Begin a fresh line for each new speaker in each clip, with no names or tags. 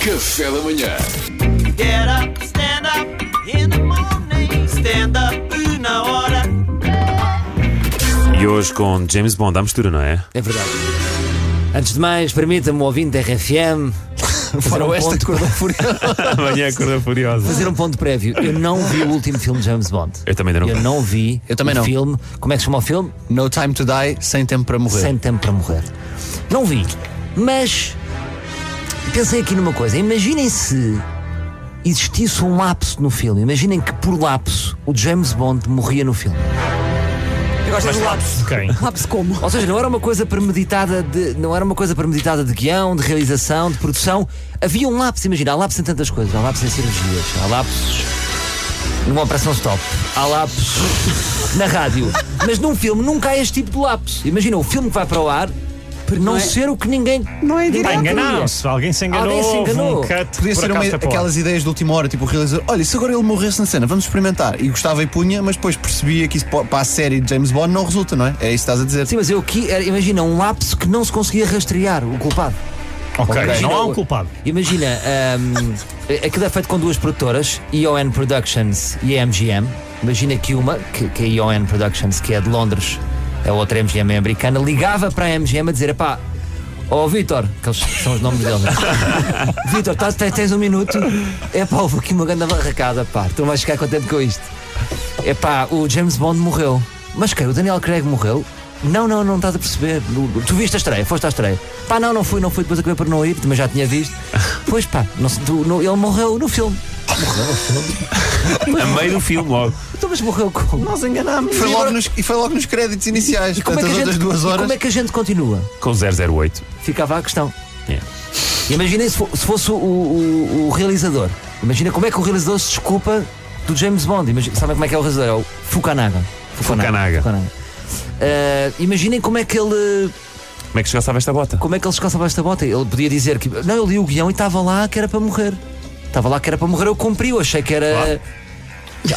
Café da manhã.
Get up, stand up in the morning. Stand up na hora.
E hoje com James Bond à mistura, não é?
É verdade. Antes de mais, permita-me, ouvinte da RFM, fazer um,
Faroeste
ponto,
Amanhã acorda furiosa.
fazer um ponto prévio. Eu não vi o último filme de James Bond.
Eu também ainda não
Eu
vi.
não vi
Eu também
o
não.
filme. Como é que se chama o filme?
No Time to Die, sem tempo para morrer.
Sem Tempo para Morrer. Não vi. Mas pensei aqui numa coisa. Imaginem se existisse um lapso no filme. Imaginem que por lapso o James Bond morria no filme.
Quem?
Ou seja, não era uma coisa premeditada de, não era uma coisa premeditada de guião, de realização, de produção. Havia um lapso, imagina, há lapso em tantas coisas, há lapso em cirurgias, há lapsos numa operação stop, há lapsos na rádio. Mas num filme nunca há este tipo de lapso. Imagina, o filme que vai para o ar não ser o que ninguém. Não é
Ah, Enganaram-se. Alguém se enganou.
Alguém se
houve
enganou.
Um cut
Podia
por
ser uma-
acaso foi para o ar.
aquelas ideias de última hora, tipo o realizador, olha, e se agora ele morresse na cena, vamos experimentar. E gostava e punha, mas depois percebia que isso pa- para a série de James Bond não resulta, não é? É isso que estás a dizer.
Sim, mas eu aqui, era- imagina, um lapso que não se conseguia rastrear o culpado.
Ok,
Ok.
não há um culpado.
Imagina, ahm, aquilo é feito com duas produtoras, ION Productions e a MGM. Imagina que uma, que, que é a ION Productions, que é de Londres, a outra MGM é americana, ligava para a MGM a dizer: pá, ó Vitor, que eles são os nomes deles, né? Vitor, tá- te- tens um minuto? É pá, houve aqui uma grande barracada, pá, tu não vais ficar contente com isto. É pá, o James Bond morreu. Mas quem? O Daniel Craig morreu? Não, não, não estás a perceber. O- Tu viste a estreia, foste à estreia. Pá, não, não fui, não fui, depois acabei por não ir, mas já tinha visto. Pois pá, não se- tu- não- ele morreu no filme.
A meio do filme, logo.
Então, mas morreu como?
Nós enganámos. Foi
E
logo
agora-
nos, e foi logo nos créditos iniciais.
Como
Portanto,
é, que
as
a
outras
gente,
duas
e
horas.
como é que a gente continua?
Com 008.
Ficava a questão.
É.
Imaginem se, fo- se fosse o, o- o realizador. Imagina como é que o realizador se desculpa do James Bond. Imagina, sabem como é que é o realizador? É o Fukunaga.
Fukunaga.
Ah, imaginem como é que ele
Como é que chegasse a esta bota?
como é que ele descansa abaixo da bota? Ele podia dizer que não, eu li o guião e estava lá que era para morrer. Estava lá que era para morrer, eu cumpri, eu achei que era.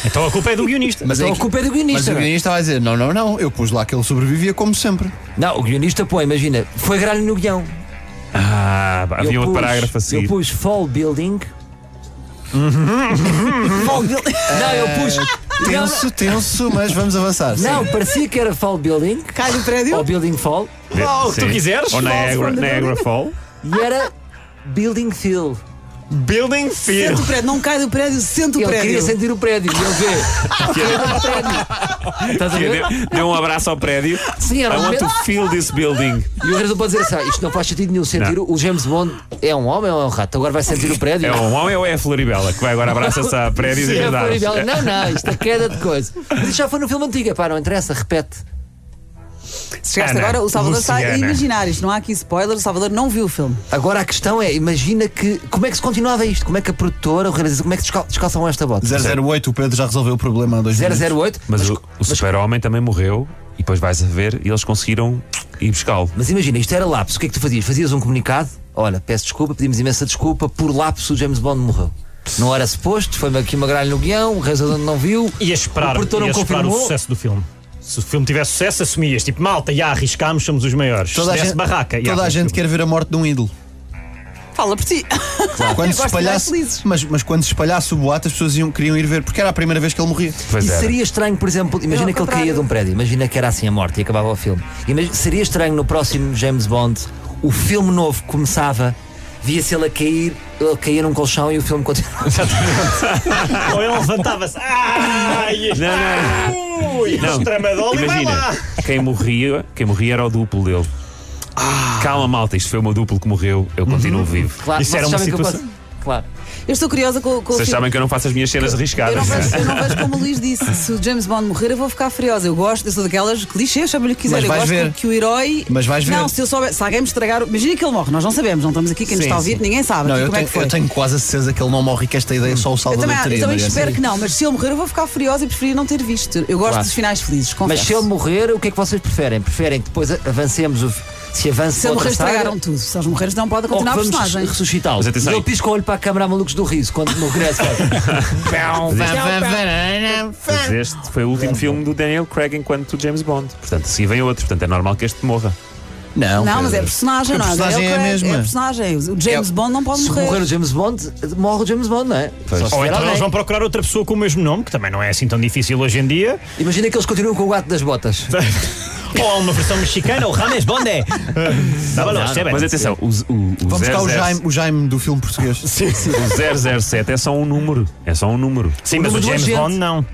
Então a culpa é do guionista.
Mas
Então
é
a
que-
culpa é do
Mas
guionista.
o
não é?
guionista vai dizer: não, não, não, eu pus lá que ele sobrevivia como sempre.
Não, o guionista põe, imagina, foi gralho no guião.
Ah, pá, havia assim.
Eu
outro
pus-
parágrafo a
Eu
seguir.
pus fall building. fall building. Não, eu pus. Não, não,
Eh, Tenso, tenso, mas vamos avançar. sim.
não, parecia que era fall building. Cai do prédio. Ou building fall.
Vê-
Uau,
sim.
tu quiseres?
Ou Niagara, Niagara Fall.
E era building fill.
Building Fear.
Sente o prédio, não cai do prédio, sente o
Ele
prédio.
queria sentir o prédio. E ele vê. Queria ver o prédio. Estás a ver?
Deu, deu um abraço ao prédio.
Sim,
I
era um
want
momento-
to feel this building.
E o resto pode dizer assim: isto não faz sentido nenhum sentir. O James Bond é um homem ou é um rato? Agora vai sentir o prédio.
É um homem ou é a Floribela que vai agora abraça-se a prédios
Sim,
e
é
ajudar?
Floribela. Não, não, isto é queda de coisa. Mas isto já foi no filme antigo, pá, não interessa, repete.
Chegaste
Ana,
agora, o Salvador está
Luciana.
em imaginários. Não há aqui spoiler, o Salvador não viu o filme.
Agora a questão é: imagina que. Como é que se continuava isto? Como é que a produtora, o realizador, como é que descal- descalçam esta bota?
008, o Pedro já resolveu o problema há dois minutos.
008. Mas,
Mas o, o super-homem também morreu e depois vais a ver e eles conseguiram ir buscá-lo.
mas imagina, isto era lapso. O que é que tu fazias? Fazias um comunicado? Olha, peço desculpa, pedimos imensa desculpa. Por lapso, o James Bond morreu. Não era suposto, foi aqui uma gralha no guião, o realizador não viu.
Ia esperar,
O produtor
ia
não
esperar o
confirmou.
sucesso do filme. Se o filme tivesse sucesso, assumias. Tipo, malta, já arriscámos, somos os maiores.
Toda a
Se desse
gente,
barraca. já,
toda a
foi
gente
o
quer ver a morte de um ídolo.
Fala por ti.
Quando se
gosto de mais
espalhasse,
felizes.
mas, mas quando se espalhasse o boato, as pessoas iam, queriam ir ver, porque era a primeira vez que ele morria.
Pois
e
era.
seria estranho, por exemplo,
Não,
imagina
ao
que ele caía
contrário.
de um prédio, imagina que era assim a morte e acabava o filme. Imagi- seria estranho no próximo James Bond, o filme novo começava, via-se ele a cair, ele caía num colchão e o filme continuava.
filme. Ou ele levantava-se. Ah, e este-
Não,
Ui,
Não.
este tramadol e vai
Imagina,
lá.
quem morria, quem morria era o duplo dele. Calma, malta, isto foi o meu duplo que morreu, eu continuo vivo.
Claro,
Isso
vocês
era uma
sabem que eu
situação-
posso- Claro.
Eu estou curiosa com, com o
Vocês
filme.
sabem que eu não faço as minhas cenas
Eu não,
arriscadas.
vejo, eu não vejo como o Luís disse. Se o James Bond morrer, eu vou ficar furiosa. Eu gosto, eu sou daquelas clichês, chama-lhe o que quiser.
Mas
Eu
vais
gosto
ver.
que o herói.
Mas vais ver.
Não, se eu souber, se alguém me estragar. Imagina que ele morre, nós não sabemos, não estamos aqui, quem nos
Sim,
está a ouvir,
sim.
ninguém sabe.
Não,
aqui
eu
como
tenho,
é que foi.
eu tenho quase a certeza que ele não morre e que esta ideia só o
Eu
Salvador é
também, eu
teria.
também
Maria.
espero que não, mas se ele morrer, eu vou ficar furiosa e preferia não ter visto. Eu gosto
Claro.
dos finais felizes, confesso.
Mas se ele morrer, o que é que vocês preferem? Preferem que depois a- avancemos o. Se avança
Se ele
outra
morrer,
saga,
estragaram tudo. Se eles morreres, não pode
Ou que
continuar a
vamos
personagem.
res- ressuscitá-lo.
Mas atenção
E
aí.
ele pisca o olho para a câmara a malucos do riso quando no regresso.
Mas este foi o último filme do Daniel Craig enquanto James Bond. Portanto, se vem outro, portanto é normal que este morra.
Não,
Não, Pedro.
mas é personagem,
Porque
não
a personagem é a
Daniel Craig,
mesma.
É personagem. O James
É-
Bond não pode
Se
morrer.
morrer o James Bond, morre o James Bond, não é?
Pois.
Só se
Ou
tiver
então eles
alguém.
vão procurar outra pessoa com o mesmo nome, que também não é assim tão difícil hoje em dia.
Imagina que eles continuam com o gato das botas.
Ou há uma versão mexicana, o é. Rames Bondé. Tá é
Mas atenção, o, z- o, o,
Vamos buscar o
00
Jaime, o Jaime do filme português.
o 007 é só um número. É só um número.
Sim, mas
número
o
do
James
agente.
Bond não.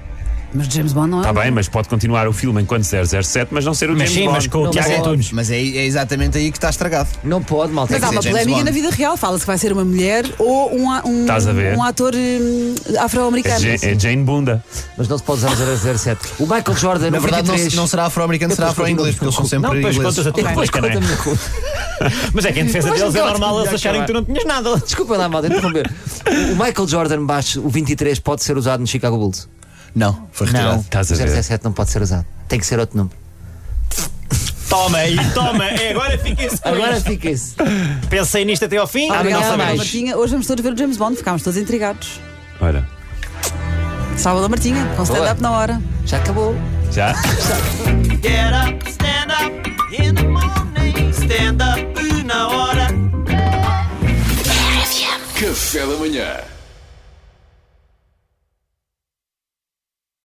Mas James Bond não é.
Está Tá bem, mas pode continuar o filme enquanto 007, mas não ser o
Mas
James
sim, mas
Bond.
com o
Não,
Tiago
mas é-
Antunes.
Mas é, é exatamente aí que está estragado.
Não pode, malta. é
Mas há uma
James
polémica
Bond.
na vida real. Fala-se que vai ser uma mulher ou um, a- um,
Estás a ver?
um ator hum,
É,
afro-americano.
Ja- é Jane Bunda.
Mas não se pode usar o 007. O Michael Jordan,
Na
o
verdade, não,
23,
se- não será afro-americano, será afro-inglês, porque eles são sempre
Não, depois
ingleses.
contas a tua
Depois
crónica, não é?
conta-me na conta.
Mas é que em defesa
Mas
deles é
então,
normal eles
tinha
acharem que tu não tinhas nada.
Desculpa lá, malta, interromper. O- O Michael Jordan baixo, o 23, pode ser usado no Chicago Bulls.
Não, foi retirado.
Não,
Estás a ver.
o 007 não pode ser usado. Tem que ser outro número.
Toma aí, toma. É, agora fiquem-se com
Agora
isto.
fiquem-se.
Pensei nisto até ao fim.
Amanhã
Amanhã
há
não
Obrigada,
sabemos.
Martinha. Hoje vamos todos ver o James Bond. Ficámos todos intrigados.
Olha,
Sábado a Martinha, com stand-up na hora.
Já acabou.
já.
Get up, stand up in the morning. Stand up, una hora.
Café da manhã.